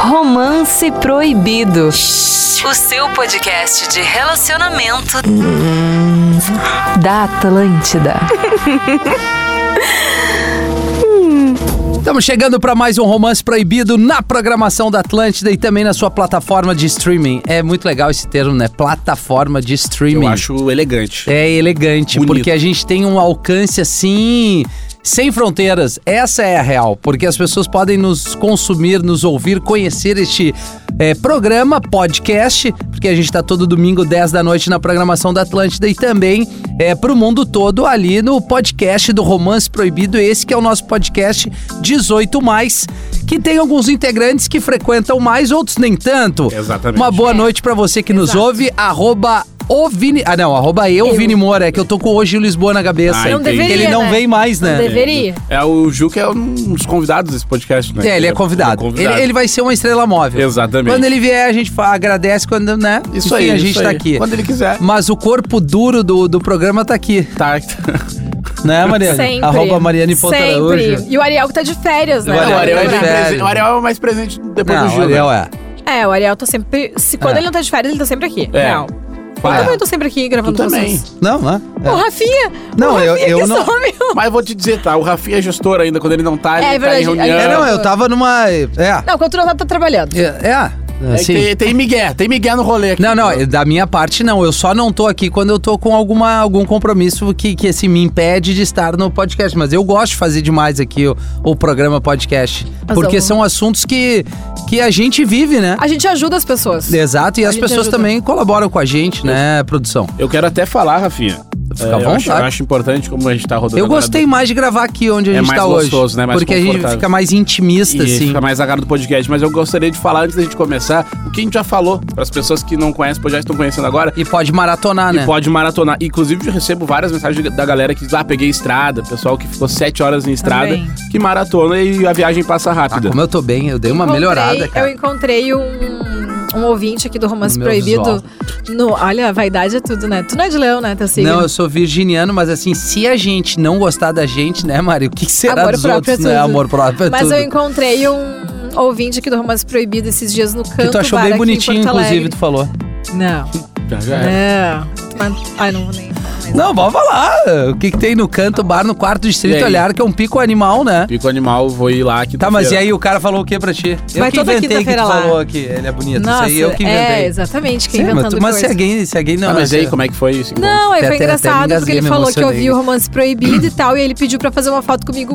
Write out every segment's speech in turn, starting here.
Romance Proibido. O seu podcast de relacionamento da Atlântida. Estamos chegando para mais um Romance Proibido na programação da Atlântida e também na sua plataforma de streaming. É muito legal esse termo, né? Plataforma de streaming. Eu acho elegante. É elegante, Bonito. porque a gente tem um alcance assim. Sem fronteiras, essa é a real, porque as pessoas podem nos consumir, nos ouvir, conhecer este eh, programa, podcast, porque a gente está todo domingo, 10 da noite, na programação da Atlântida e também é, para o mundo todo ali no podcast do Romance Proibido, esse que é o nosso podcast 18, que tem alguns integrantes que frequentam mais, outros nem tanto. Exatamente. Uma boa noite pra você que nos ouve. Arroba o Vini. Ah, não, arroba eu, Vini Moura. É que eu tô com hoje o Lisboa na cabeça. Ah, Não entendi. deveria, Ele não né? vem mais, né? Deveria. É o Ju que é um dos convidados desse podcast, né? É, ele é convidado. Ele, ele vai ser uma estrela móvel. Exatamente. Quando ele vier, a gente fa- agradece quando, né? Isso Enfim, aí, a isso gente tá aí. aqui. Hum. Quando ele quiser. Mas o corpo duro do, do programa tá aqui, Tá. né, Mariane? Sempre. Arroba Mariane Sempre. Pontaraújo. E o Ariel que tá de férias, né? O Ariel o, Ariel é é de mais velho. presen- o Ariel é mais presente depois do Não, Gil. Ariel né? é. É, o Ariel tá sempre. Se, quando É. ele não tá de férias, ele tá sempre aqui. É. Não. Eu Fala. também tô sempre aqui Tu gravando com também. vocês. Não, né? O Rafinha! Não, o Rafinha eu- eu que não- some. Mas eu vou te dizer, tá? O Rafinha é gestor ainda, quando ele não tá, ele É, é tá em verdade. reunião. É, É, não, eu tava numa. É. Não, quando tu não tá, tá trabalhando. É. é, É que assim. tem, tem Miguel, tem Miguel no rolê aqui. Não, não, da minha parte não. Eu só não tô aqui quando eu tô com alguma, algum compromisso que, que assim, me impede de estar no podcast. Mas eu gosto de fazer demais aqui o, o programa podcast. Mas porque eu- são assuntos que, que a gente vive, né? A gente ajuda as pessoas. Exato, e a as gente pessoas ajuda. também colaboram com a gente, né, produção? Eu quero até falar, Rafinha. Fica É, à eu acho, eu vontade. acho importante como a gente tá rodando. Eu agora gostei mais de gravar aqui onde a É gente mais tá hoje. gostoso, né? Mais porque a gente confortável. fica mais intimista, e assim. fica mais a cara do podcast, mas eu gostaria de falar antes da gente começar o que a gente já falou para as pessoas que não conhecem, pois já estão conhecendo agora. E pode maratonar, né? E pode maratonar. Inclusive, eu recebo várias mensagens da galera que diz: Ah, peguei estrada. Pessoal que ficou sete horas em estrada, Também. que maratona e a viagem passa Ah, rápida. como eu tô bem, eu dei uma Encontrei- melhorada, Eu cara. encontrei um, um ouvinte aqui do Romance No meu Proibido. No, olha, vaidade é tudo, né? Tu não é de leão, né, teu signo? Não, eu sou virginiano, mas assim, se a gente não gostar da gente, né, Mari? O que, que será Amor dos próprio é outros, né? tudo. Amor próprio é Mas tudo. eu encontrei um ouvinte aqui do Romance Proibido esses dias no canto. que tu achou bar bem aqui em bonitinho, Porto Alegre. inclusive, tu falou. Não. Já, já é. É. Mas- Ai, não vou nem. Não, pode falar. O que, que tem no canto, bar, no quarto E distrito, aí? olhar, que é um pico animal, né? Pico animal, vou ir lá. Tá, mas e aí o cara falou o que pra ti? Eu Vai que toda inventei que tu quinta-feira lá. falou aqui. Ele é bonito. Nossa, isso aí eu que é, inventei. Ah, exatamente, quem Sim, mas inventando tu- mas se coisa. alguém, se alguém não... Não, mas e aí, se- como é que foi isso? Não, aí Até- foi até- engraçado, até me porque engasguei, ele me falou que eu vi emocionei. o romance proibido e tal, e ele pediu pra fazer uma foto comigo.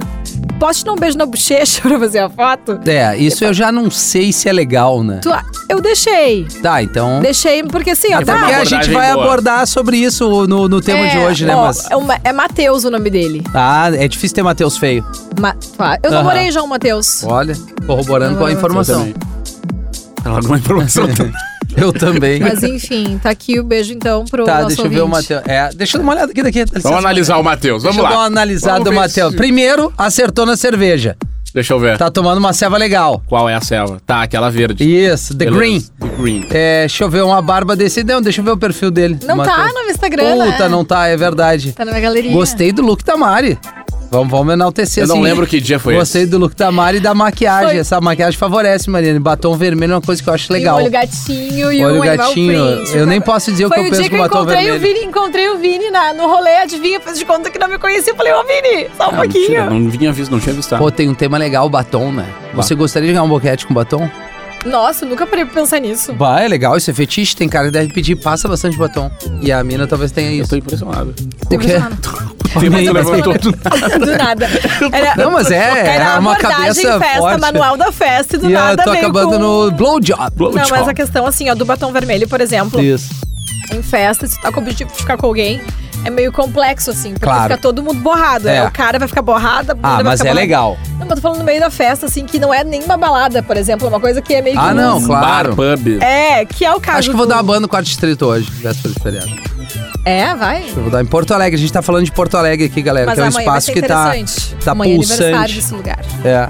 Posso te dar um beijo na bochecha pra fazer a foto? É, isso eu já não sei se é legal, né? Tu- eu deixei. Tá, então... Deixei, porque assim, ó, Aí foi Porque uma tá. a gente abordagem vai boa. abordar sobre isso no, no tema de É, hoje, né? ó, Mas... É, uma- é Matheus o nome dele. Ah, é difícil ter Matheus feio. Ma- claro, eu Aham. namorei já o Matheus. Olha, corroborando com a informação. Ela não é informação. também. Eu também. Mas enfim, tá aqui o beijo então pro tá, nosso deixa eu ouvinte. ver o Matheus. É, deixa eu dar uma olhada aqui daqui. dá licença. Vamos analisar o Matheus. Vamos deixa eu dar lá. uma analisada do Vamos ver Matheus. se- Primeiro, acertou na cerveja. Deixa eu ver. Tá tomando uma ceva legal. Qual é a selva? Tá, aquela verde. Isso, The Green. Beleza. The Green. É, deixa eu ver uma barba desse. Não, deixa eu ver o perfil dele. Não do tá Matheus. no Instagram, né? Puta, não tá, é verdade. Tá na minha galeria. Gostei do look da Mari. Vamos, vamos enaltecer Eu não assim. lembro que dia foi Gostei esse. do look da Mari e da maquiagem. Foi. Essa maquiagem favorece, Mariane. Batom vermelho é uma coisa que eu acho legal. E o um olho gatinho e Olho o animal tá gatinho. print. Eu nem posso dizer o que Foi eu o penso dia que com eu batom encontrei o vermelho. Vini, encontrei o Vini na, no rolê, adivinha, fez de conta que não me conhecia. Eu falei, ô Vini, só um Ah, mentira, pouquinho. não vinha visto, não tinha visto. tá? Pô, tem um tema legal, batom, né? Você gostaria de ganhar um boquete com batom? Nossa, eu nunca parei pra pensar nisso. Bah, é legal, isso é fetiche. Tem cara que deve pedir, passa bastante batom. E a mina talvez tenha Eu isso. tô impressionado. Tô O quê? impressionada. Tem Mas eu muito levantou tô- do nada. Do nada. Era, Não, mas é, era é uma abordagem, cabeça festa, forte. manual da festa e do e eu nada tô veio acabando com... no blowjob. Não, mas a questão assim, ó, do batom vermelho, por exemplo, Isso. em festa, se tá com o objetivo de ficar com alguém, é meio complexo, assim, porque Claro. fica todo mundo borrado. É. né? O cara vai ficar borrado, a bunda Ah, vai mas ficar é borrada. legal. Não, mas tô falando no meio da festa, assim, que não é nenhuma balada, por exemplo, é uma coisa que é meio que. Ah, não, um- claro. Bar, pub. É, que é o caso. Acho que eu vou do- dar uma banda no quarto distrito hoje, véspera de feriado. Acho É, vai. que Eu vou dar em Porto Alegre. A gente tá falando de Porto Alegre aqui, galera, Mas que é um amanhã vai espaço ser que tá, interessante. tá amanhã é aniversário pulsante. desse lugar. É.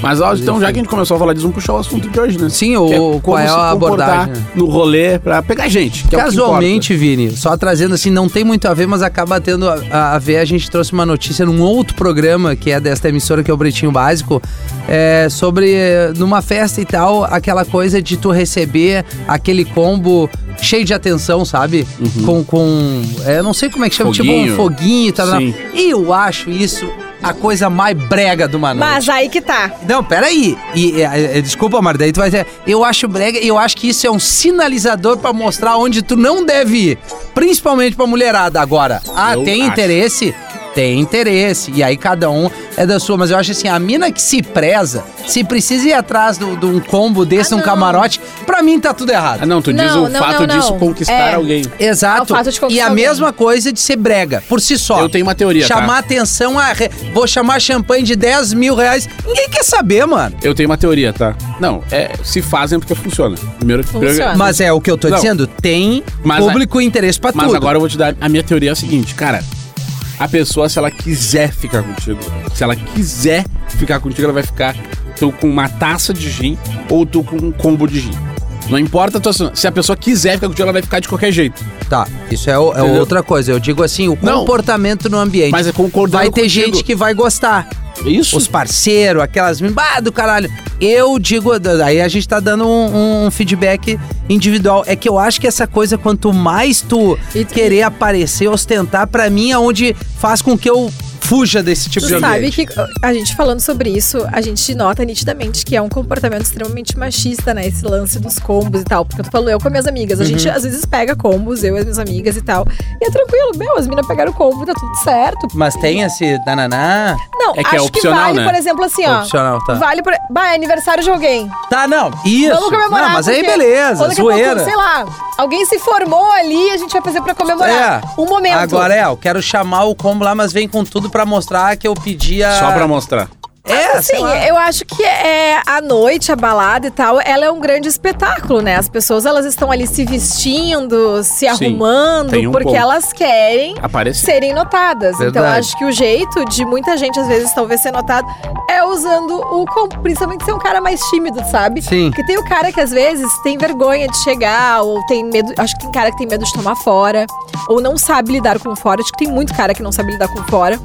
Mas ó, então, já que a gente começou a falar disso, vamos puxar o assunto de hoje, né? Sim, Que o- é qual como é se a comportar abordagem, né? no rolê pra pegar gente. que é o que Casualmente, Vini, só trazendo assim, não tem muito a ver, mas acaba tendo a- a, a ver. A gente trouxe uma notícia num outro programa que é desta emissora, que é o Bretinho Básico, é, sobre eh, numa festa e tal, aquela coisa de tu receber aquele combo cheio de atenção, sabe? Com. com é, não sei como é que chama, tipo Uhum. Foguinho. um foguinho e tal. Sim. E eu acho isso a coisa mais brega do Manaus. Mas aí que tá. Não, peraí. E, e, e, desculpa, Marta, daí tu vai dizer. Eu acho brega, eu acho que isso é um sinalizador pra mostrar onde tu não deve ir. Principalmente pra mulherada agora. Ah, Eu tem acho. interesse? Tem interesse. E aí cada um é da sua. Mas eu acho assim, a mina que se preza, se precisa ir atrás do- de um combo desse, Ah, um não. camarote, pra mim tá tudo errado. Ah, não, tu diz Não, o não, fato não, não. disso conquistar É. alguém. É o Exato. fato de conquistar e a alguém. mesma coisa de ser brega, por si só. Eu tenho uma teoria, tá? Chamar atenção a. re- Vou chamar champanhe de 10 mil reais. Ninguém quer saber, mano. Eu tenho uma teoria, tá? Não, é, se fazem porque funciona. Primeiro, Funciona. primeiro- Mas é o que eu tô Não. dizendo, tem Mas público e interesse pra mas tudo. agora eu vou te dar. A minha teoria é a seguinte, cara. A pessoa, se ela quiser ficar contigo, se ela quiser ficar contigo, ela vai ficar tu com uma taça de gin ou tu com um combo de gin. Não importa a tua. Se a pessoa quiser ficar contigo, ela vai ficar de qualquer jeito. Tá, isso é, o- é Entendeu? outra coisa. Eu digo assim, o Não. comportamento no ambiente. Mas é concordando vai ter contigo. gente que vai gostar. Isso. Os parceiros, aquelas... Ah, do caralho. Eu digo... Aí a gente tá dando um, um feedback individual. É que eu acho que essa coisa, quanto mais tu E- querer aparecer, ostentar, pra mim é onde faz com que eu fuja desse tipo de Tu ambiente. é. sabe que a gente falando sobre isso, a gente nota nitidamente que é um comportamento extremamente machista, né? Esse lance dos combos e tal. Porque tu falou eu com minhas amigas. A Uhum. gente às vezes pega combos, eu e as minhas amigas e tal. E é tranquilo, meu, as meninas pegaram o combo, tá tudo certo. Mas tem esse... Nananá... Não, É que acho é opcional, que vale, né? por exemplo, assim, ó. Opcional, tá. Vale por. Bah, é aniversário de alguém. Tá, não. Isso. Vamos comemorar. não, mas aí porque- um beleza, ou daqui a pouco, zoeira. sei lá, alguém se formou ali, a gente vai fazer pra comemorar. Um momento. Agora é, eu quero chamar o combo lá, mas vem com tudo pra mostrar que eu pedi Ah, a. Só pra mostrar. É, sei Sim, lá. assim, eu acho que é a noite, a balada e tal, ela é um grande espetáculo, né? As pessoas elas estão ali se vestindo, se arrumando, tem um porque ponto. elas querem Aparecer. serem notadas. Então Verdade. acho que o jeito de muita gente, às vezes, talvez ser notado é usando o combo, principalmente se é um cara mais tímido, sabe? Sim. Porque tem o cara que às vezes tem vergonha de chegar, ou tem medo. Acho que tem cara que tem medo de tomar fora, ou não sabe lidar com fora. Acho que tem muito cara que não sabe lidar com fora.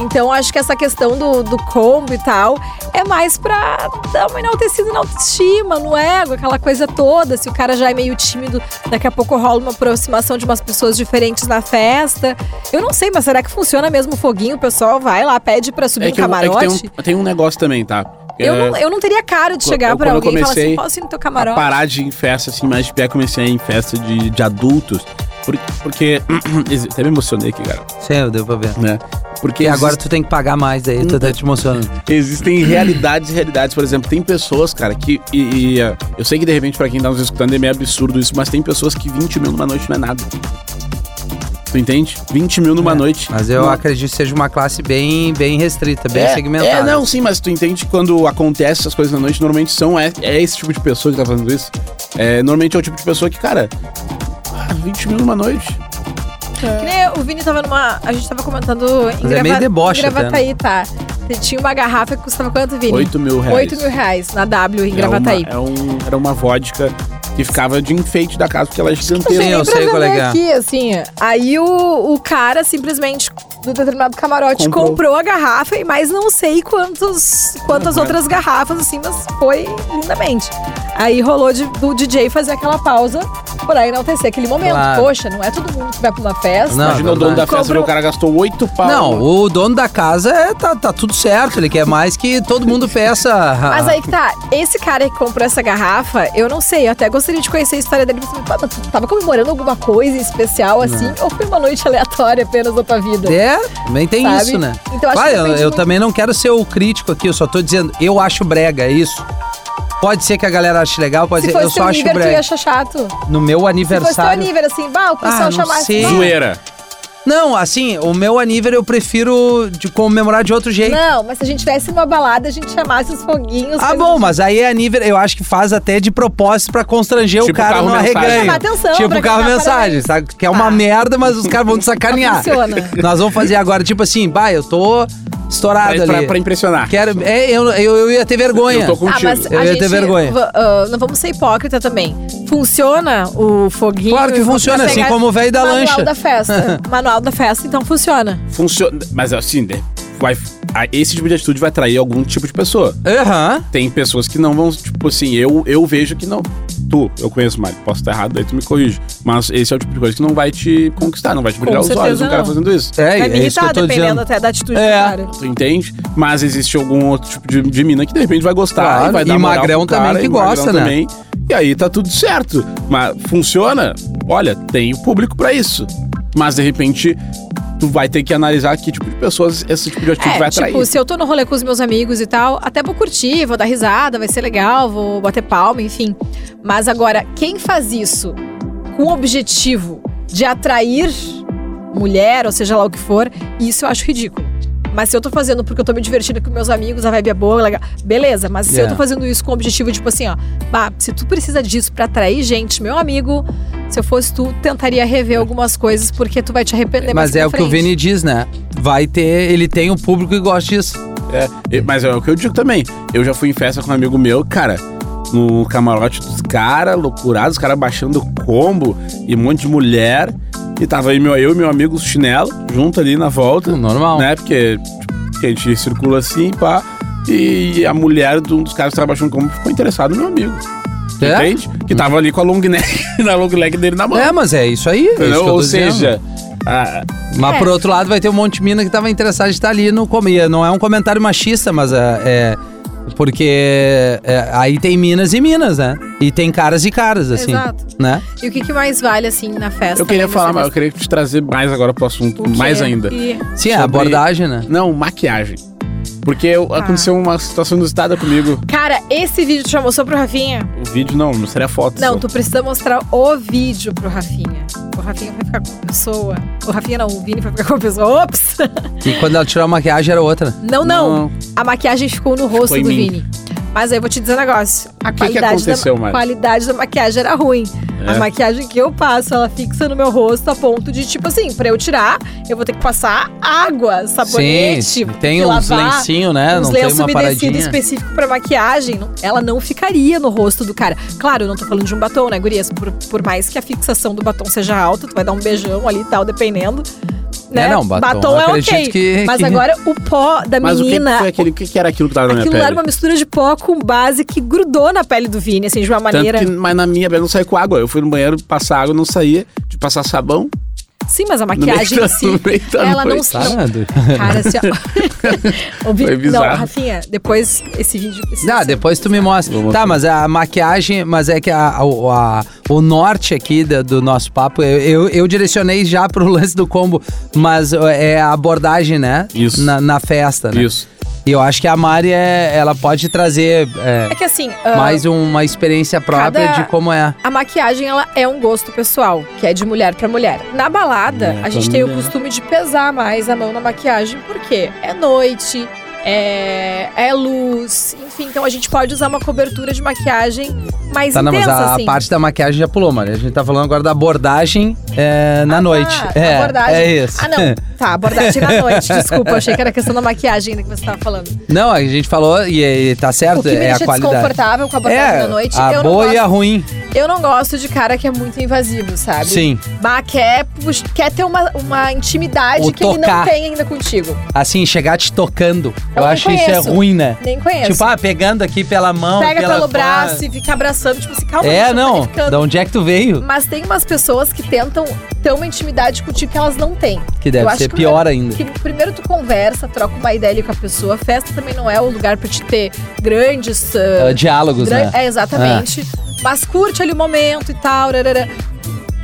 Então acho que essa questão do, do combo e tal é mais pra dar uma enaltecida na autoestima, no ego, aquela coisa toda. Se o cara já é meio tímido, daqui a pouco rola uma aproximação de umas pessoas diferentes na festa. Eu não sei, mas será que funciona mesmo o foguinho? O pessoal vai lá, pede pra subir no É eu- camarote? tem, um, tem um negócio também, tá? Eu, É, não, eu não teria cara de Qu- chegar eu- pra quando eu alguém e falar assim, comecei posso ir no teu a camarote? parar de ir em festa, assim, mais de pé, comecei a ir em festa de, de adultos. Por- Porque. até me emocionei aqui, cara. Sim, eu devo ver. Né? Porque E agora agora tu tem que pagar mais daí, tu tá te emocionando. existem realidades e realidades. Por exemplo, tem pessoas, cara, que. E, e, eh, eu sei que de repente, pra quem tá nos escutando, é meio absurdo isso, mas tem pessoas que 20 mil numa noite não é nada. Tu entende? 20 mil numa É, noite. Mas eu não- acredito que seja uma classe bem, bem restrita, bem é, segmentada. É, não, sim, mas tu entende que quando acontece essas coisas na noite, normalmente são é, é esse tipo de pessoa que tá fazendo isso. É, normalmente é o tipo de pessoa que, cara, ah, 20 mil numa noite. Que nem o Vini tava numa. A gente tava comentando em, Mas é meio deboche em até, né? Gravataí, tá? Tinha uma garrafa que custava quanto, Vini? 8 mil reais. 8 mil reais na W em É uma- Gravataí. é um- era uma vodka que ficava de enfeite da casa, porque ela é Sim, gigantesca. eu Nem pra sei qual é vender que é. aqui, assim. Aí o, o cara simplesmente, do determinado camarote, Comprou. comprou, a garrafa, e mais não sei quantos, quantas Uhum. outras garrafas, assim, mas foi lindamente. Aí rolou de- do DJ fazer aquela pausa pra enaltecer aquele momento. Claro. Poxa, não é todo mundo que vai pra uma festa. Não, Imagina o dono da festa, Compra um- o cara gastou 8 pau. Não, o dono da casa é, tá, tá tudo certo, ele quer mais que todo mundo peça. ah, Mas aí que tá, esse cara que comprou essa garrafa, eu não sei, eu até gostaria de conhecer a história dele. Mas, pá, mas tu tava comemorando alguma coisa em especial, assim? Ou foi uma noite aleatória apenas da tua vida? É, também tem Sabe? isso, né? Então, acho que Vai, eu, depende eu muito. também não quero ser o crítico aqui, eu só tô dizendo, eu acho brega, é isso. Pode ser que a galera ache legal, pode ser, Se fosse é, eu só teu acho nível, tu ia brega. achar chato. No meu Se fosse teu aniversário. nível, assim, bah, o pessoal Ah, não chamasse. sei. bah, Zoeira. Não, assim, o meu aniversário eu prefiro de comemorar de outro jeito. Não, mas se a gente tivesse numa balada, a gente chamasse os foguinhos. assim. Ah, coisa bom, do mas aí é aniversário, eu acho que faz até de propósito pra constranger o Tipo cara carro no mensagem. arreganho. Pra chamar atenção, tipo pra tá carro cantar mensagem, sabe? Que é uma Ah. merda, mas os caras vão te sacanear. Tá, Funciona. Nós vamos fazer agora, tipo assim, bah, eu tô, estourado Pra, pra, ali. pra impressionar. Quero, é, eu, eu, eu ia ter vergonha. Ah, Eu tô contigo. mas Eu a ia gente, ter vergonha. v- ah, não vamos ser hipócrita também. Funciona o foguinho? Claro que funciona, pra assim pegar como o velho da manual lancha. da festa. manual da festa, então funciona. Funciona. Mas assim, né, vai, a- esse tipo de atitude vai atrair algum tipo de pessoa. Aham. Tem pessoas que não vão, tipo assim, eu, eu vejo que não. Tu, eu conheço mais, posso estar errado, aí tu me corrige. Mas esse é o tipo de coisa que não vai te conquistar, não vai te brilhar os certeza olhos um cara não. fazendo isso. É, Vai é me isso irritar, que eu tô dependendo dizendo. até da atitude É. do cara. Tu entende? Mas existe algum outro tipo de, de mina que de repente vai gostar Claro, e vai e dar moral magrão pro cara, também que e magrão gosta, né? também. E aí tá tudo certo. Mas funciona? Olha, tem o público pra isso. Mas de repente tu vai ter que analisar que tipo de pessoas esse tipo de atitude É, vai tipo, atrair. se eu tô no rolê com os meus amigos e tal, até vou curtir, vou dar risada, vai ser legal, vou bater palma, enfim. Mas agora, quem faz isso com o objetivo de atrair mulher, ou seja lá o que for, isso eu acho ridículo. Mas se eu tô fazendo porque eu tô me divertindo com meus amigos, a vibe é boa, é legal. Beleza, mas se Yeah. eu tô fazendo isso com o objetivo, tipo assim, ó, bah, se tu precisa disso pra atrair gente, meu amigo, se eu fosse tu, tentaria rever algumas coisas, porque tu vai te arrepender mais É. Mas é pra o que o frente. Vini diz, né? Vai ter, ele tem um público que gosta disso. É, e- mas é o que eu digo também. Eu já fui em festa com um amigo meu, cara, no camarote dos caras, loucurados, os caras baixando combo e um monte de mulher. E tava aí meu, eu e meu amigo chinelo, junto ali na volta. Normal. né? Porque a gente circula assim, pá. E a mulher de um dos caras que tava baixando como ficou interessado no meu amigo. É? Entende? Que tava ali com a long neck, na long neck dele na mão. É, mas é isso aí. é isso que entendeu? eu tô Ou dizendo. seja, ah, a- Mas É. por outro lado, vai ter um monte de mina que tava interessada de estar ali no comer. Não é um comentário machista, mas é. é- porque é, aí tem minas e minas, né? E tem caras e caras, assim. Exato. Né? E o que, que mais vale, assim, na festa? assim, eu queria Nessa falar, mas eu questão? queria te trazer mais agora pro assunto, O quê? mais ainda. E- Sim, é Sobre- a abordagem, né? Não, maquiagem. Porque eu- Ah. aconteceu uma situação inusitada comigo. Cara, esse vídeo tu já mostrou pro Rafinha? O vídeo não, não seria foto. Não, só. tu precisa mostrar o vídeo pro Rafinha. O Rafinha vai ficar com a pessoa. O Rafinha não, o Vini vai ficar com a pessoa. Ops! E quando ela tirou a maquiagem, era outra. Não, não. A maquiagem ficou no rosto em do mim. Vini. Mas aí eu vou te dizer um negócio. A que qualidade, aconteceu, da, Mari? qualidade da maquiagem era ruim. É. A maquiagem que eu passo, ela fixa no meu rosto a ponto de, tipo assim, pra eu tirar, eu vou ter que passar água, sabonete. Sim, vou ter tem que uns lavar. lencinhos, né? uns Não tem lenços uma umedecidos paradinha. específico pra maquiagem, não- ela não ficaria no rosto do cara. Claro, eu não tô falando de um batom, né, gurias? Por, por mais que a fixação do batom seja alta, tu vai dar um beijão ali e tal, dependendo. Né? É, não, batom, eu é acredito ok. que- Mas que- agora o pó da Mas o que, menina. foi aquele, o que que era aquilo que tava na minha Aquilo pele? lá era uma mistura de pó com base que grudou na pele do Vini, assim, de uma Tanto maneira. que, mas na minha pele não saía com água. Eu fui no banheiro passar água, não saía. De passar sabão. Sim, mas a maquiagem da- em si. no meio da Ela não, um noite. não Sarado. Cara, assim, ó. O Vini- Foi não, bizarro. Rafinha, depois esse vídeo. Esse, Ah, esse- depois tu me mostra. Vou mostrar. Tá, mas a maquiagem, mas é que a, a- a- o norte aqui da- do nosso papo, eu, eu, eu direcionei já pro lance do combo, mas ó, é a abordagem, né? Isso. Na, na festa, né? Isso. E eu acho que a Mari, é- ela pode trazer é, É que assim. ah, mais uma experiência própria cada- de como é. A maquiagem, ela é um gosto pessoal, que é de mulher pra mulher. Na balada, Mulher a gente pra tem o mulher. costume de pesar mais a mão na maquiagem, porque é noite, é, é luz, enfim. Então a gente pode usar uma cobertura de maquiagem mais Tá, não, mas intensa, a, a assim. parte da maquiagem já pulou, Mari. A gente tá falando agora da abordagem é, na noite. tá, é, abordagem. é isso. Ah, não. Tá, abordagem na noite, desculpa. Achei que era questão da maquiagem ainda que você tava falando. Não, a gente falou, e, e tá certo, o que me é a deixa qualidade. desconfortável com a abordagem É, na noite, a eu, não boa e a gosto, ruim. eu não gosto de cara que é muito invasivo, sabe? Sim. Bah, quer, pux- quer ter uma, uma intimidade Ou que ele não tocar. tem ainda contigo. Assim, chegar te tocando. Eu, Eu acho que isso é reconheço. ruim, né? Nem conheço. Tipo, ah, pegando aqui pela mão. Pega pela pelo fora. braço e fica abraçando, tipo assim, calma, tá É, gente, eu tô não. ficando. Da onde é que tu veio? Mas tem umas pessoas que tentam ter uma intimidade contigo que elas não têm. Que Eu deve acho ser que o pior ainda. Que primeiro tu conversa, troca uma ideia ali com a pessoa. Festa também não é o lugar pra te ter grandes. ah, Ah, Diálogos, né? gran- É, exatamente. Mas curte ali o momento e tal. rarara.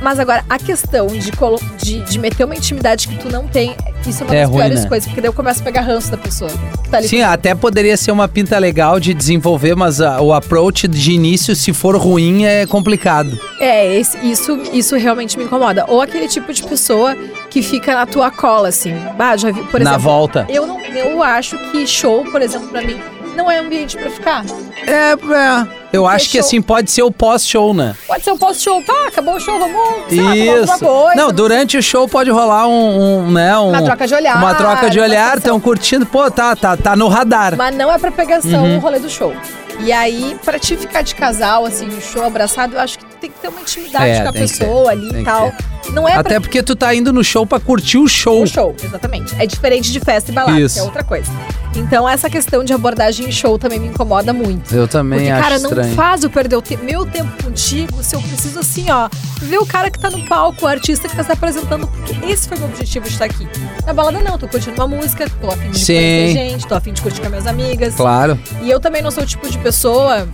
Mas agora, a questão de, colo- de, de meter uma intimidade que tu não tem, isso é uma É das ruim, piores né? coisas, porque daí eu começo a pegar ranço da pessoa. Que tá ali Sim, até poderia ser uma pinta legal de desenvolver, mas ah, o approach de início, se for ruim, é complicado. É, esse- isso, isso realmente me incomoda. Ou aquele tipo de pessoa que fica na tua cola, assim. Ah, já vi, por na exemplo. volta. Eu, não, eu acho que show, por exemplo, pra mim, não é ambiente pra ficar. É, é. Eu acho que Fechou. assim pode ser o pós-show, né? Pode ser um post-show, pá, acabou o show, vamos, sei lá, tomar alguma Isso. Ah, coisa. então. Não, durante o show pode rolar um, um, né, um- Uma troca de olhar, Uma troca de uma olhar, sensação. estão curtindo, pô, tá, tá, tá no radar. Mas não é pra pegação Uhum. o rolê do show. E aí, pra te ficar de casal, assim, no show abraçado, eu acho que tu tem que ter uma intimidade É, com a tem que pessoa ter, ali tem e que tal. Não é Até porque tu tá indo no show pra curtir o show. O Um show, exatamente. É diferente de festa e balada, Uhum. Isso. que é outra coisa. Então, essa questão de abordagem em show também me incomoda muito. Eu também Porque, acho cara, não estranho. faz eu perder o te- meu tempo contigo se eu preciso, assim, ó, ver o cara que tá no palco, o artista que tá se apresentando, porque esse foi o meu objetivo de estar aqui. Na balada, não, tô curtindo uma música, tô afim de Sim. conhecer gente, tô afim de curtir com as minhas amigas. Claro. E eu também não sou o tipo de pessoa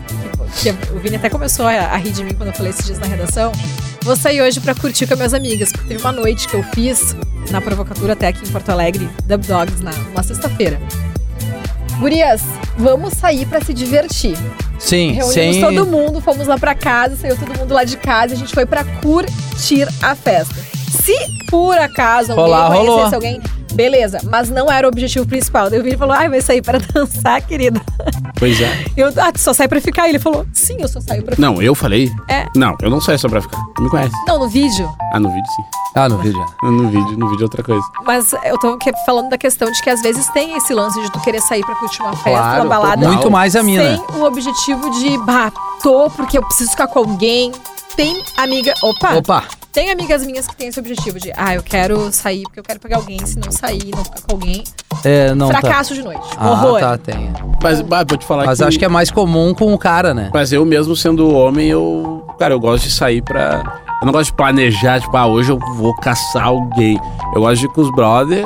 que, que o Vini até começou a, a rir de mim quando eu falei esses dias na redação. Vou sair hoje pra curtir com as minhas amigas, porque teve uma noite que eu fiz na provocatura até aqui em Porto Alegre, Dub Dogs, na uma sexta-feira. Gurias, vamos sair pra se divertir. Sim, Reunimos sem. todo mundo, fomos lá pra casa, saiu todo mundo lá de casa, a gente foi pra curtir a festa. Se por acaso alguém Rolar, conhecesse rolou. alguém, beleza, mas não era o objetivo principal. Daí o Vini falou: ai, vai sair pra dançar, querida. Pois é. Eu, ah, tu só sai pra ficar? Ele falou, sim, eu só saio pra ficar. Não, eu falei? É. Não, eu não saio só pra ficar. Tu me conhece. Não, no vídeo. Ah, no vídeo sim. Ah, no vídeo. No vídeo, no vídeo é outra coisa. Mas eu tô que- falando da questão de que às vezes tem esse lance de tu querer sair pra curtir uma festa, Claro, uma balada. muito né? mais a mina. Sem o objetivo de, bah, tô porque eu preciso ficar com alguém. Tem amiga. Opa! Opa. Tem amigas minhas que têm esse objetivo de, ah, eu quero sair porque eu quero pegar alguém. Se não sair, não ficar com alguém. É, não tá. Fracasso de noite. Ah, Horror. tá, tem. Mas, bah, vou te falar Mas acho que é mais comum com o cara, né? Mas eu mesmo sendo homem, eu. Cara, eu gosto de sair pra. Eu não gosto de planejar, tipo, ah, hoje eu vou caçar alguém. Eu gosto de ir com os brother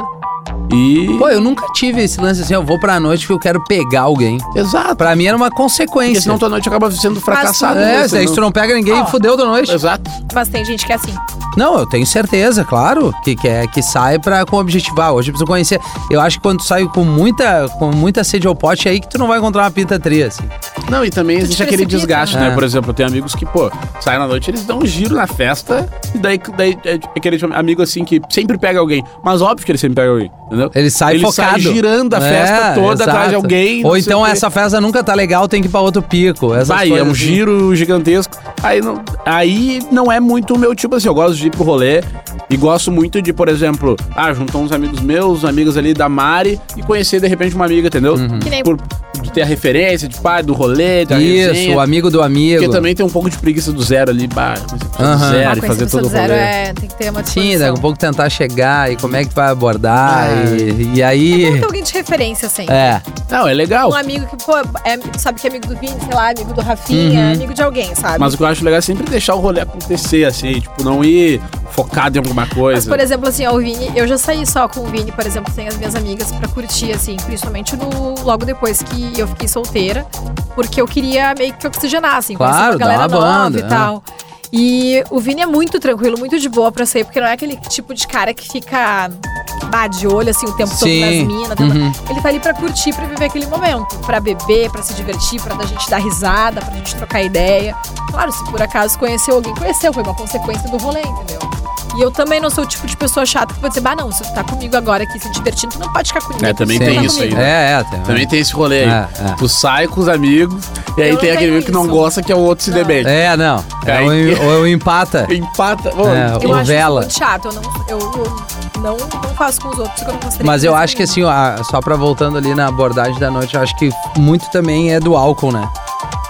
e. Pô, eu nunca tive esse lance assim, eu vou pra noite porque eu quero pegar alguém. Exato. Pra mim era uma Porque consequência. senão tua noite acaba sendo fracassada. né? É, Você se aí não- tu não pega ninguém, Ó. fudeu da noite. Exato. Mas tem gente que é assim. Não, eu tenho certeza, claro, que quer que sai pra com objetivar. Hoje eu preciso conhecer. Eu acho que quando tu sai com muita, com muita sede ao pote é aí que tu não vai encontrar uma pinta tria, assim. Não, e também Tu existe te aquele precipita, desgaste, né? né? É. Por exemplo, eu tenho amigos que, pô, saem na noite, eles dão um giro na festa, e daí, daí é aquele amigo assim que sempre pega alguém. Mas óbvio que ele sempre pega alguém, entendeu? Ele sai Ele sai É, focado. É, girando a festa toda atrás de alguém, Ou não sei então o quê. essa festa nunca tá legal, tem que ir pra outro pico. Essas Vai, é coisas um assim. giro gigantesco. Aí não, aí não é muito o meu tipo assim. Eu gosto de ir pro rolê e gosto muito de, por exemplo, ah, juntar uns amigos meus, amigos ali da Mari e conhecer de repente uma amiga, entendeu? Uhum. Que nem- Por, de ter a referência, de pai, do rolê, da Isso, resenha. o amigo do amigo. Porque também tem um pouco de preguiça do zero ali, bah, fazer do Aham. Ah, zero e conhecer fazer pessoa todo o do zero rolê. é, tem que ter uma Sim, disposição. daqui a pouco tentar chegar e como é que vai abordar. Ah. E, e Tem que aí. ter alguém de referência, assim. É. Não, é legal. um amigo que, pô, é, tu sabe que é amigo do Vini, sei lá, amigo do Rafinha, Uhum. amigo de alguém, sabe? Mas o que eu acho legal é sempre deixar o rolê acontecer, assim, tipo, não ir focado em alguma Mas, coisa. por exemplo, assim, ó, o Vini, eu já saí só com o Vini, por exemplo, sem as minhas amigas pra curtir, assim, principalmente no, logo depois que eu fiquei solteira, porque eu queria meio que oxigenar, assim, conhecer Claro, uma dá galera uma nova banda, é. e tal. E o Vini é muito tranquilo, muito de boa pra sair, porque não é aquele tipo de cara que fica bah, de olho, assim, o tempo Sim. todo nas minas. tentando- Uhum. Ele tá ali pra curtir, pra viver aquele momento. Pra beber, pra se divertir, pra da gente dar risada, pra gente trocar ideia. Claro, se por acaso conheceu alguém, conheceu, foi uma consequência do rolê, entendeu? E eu também não sou o tipo de pessoa chata que vou dizer, bah, não, se tu tá comigo agora aqui se divertindo, tu não pode ficar comigo. É, também tu não tem tá isso comigo. aí, né? É, é. Tem, Também tem esse rolê aí. É, é. Tu sai com os amigos, e aí Eu tem não aquele tenho que não isso. gosta que é o outro se Não. debate. É, não. É Aí- um, ou eu empata. Empata. Bom, É, Eu o acho vela. isso muito chato, eu não, eu, eu não, não faço com os outros, porque eu não gostaria Mas que eu fosse acho que comigo. assim, ó, a- só pra voltando ali na abordagem da noite, eu acho que muito também é do álcool, né?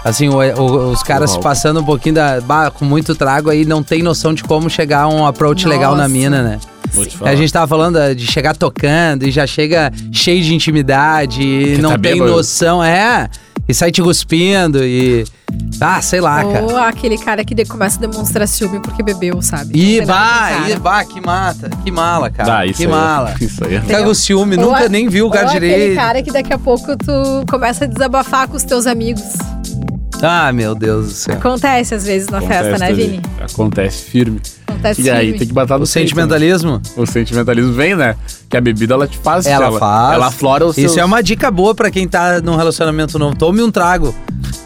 Assim, o- o- os caras se álcool. passando um pouquinho da. bah, com muito trago aí, não tem noção de como chegar a um approach legal na Nossa. mina, né? Vou te A falar. gente tava falando ah, de chegar tocando e já chega cheio de intimidade, e tá não tem bêbado. noção, é. E sai te cuspindo e. Ah, sei lá, cara. Ou aquele cara que de- começa a demonstrar ciúme porque bebeu, sabe? E Não tem nada com vai, cara. e vai, que mata. Que mala, cara. Dá, que aí. é mala. Isso aí. Fica com ciúme, Ou nunca a- nem viu o cara ou um- aquele direito. cara que daqui a pouco tu começa a desabafar com os teus amigos. Ah, meu Deus do céu. Acontece às vezes na festa, né, também. Vini? Acontece firme. Acontece E aí firme. tem que bater O no peito, né? sentimentalismo? O sentimentalismo vem, né? Que a bebida ela te faz. Ela faz. Ela flora os seus- Isso é uma dica boa pra quem tá num relacionamento novo. Tome um trago.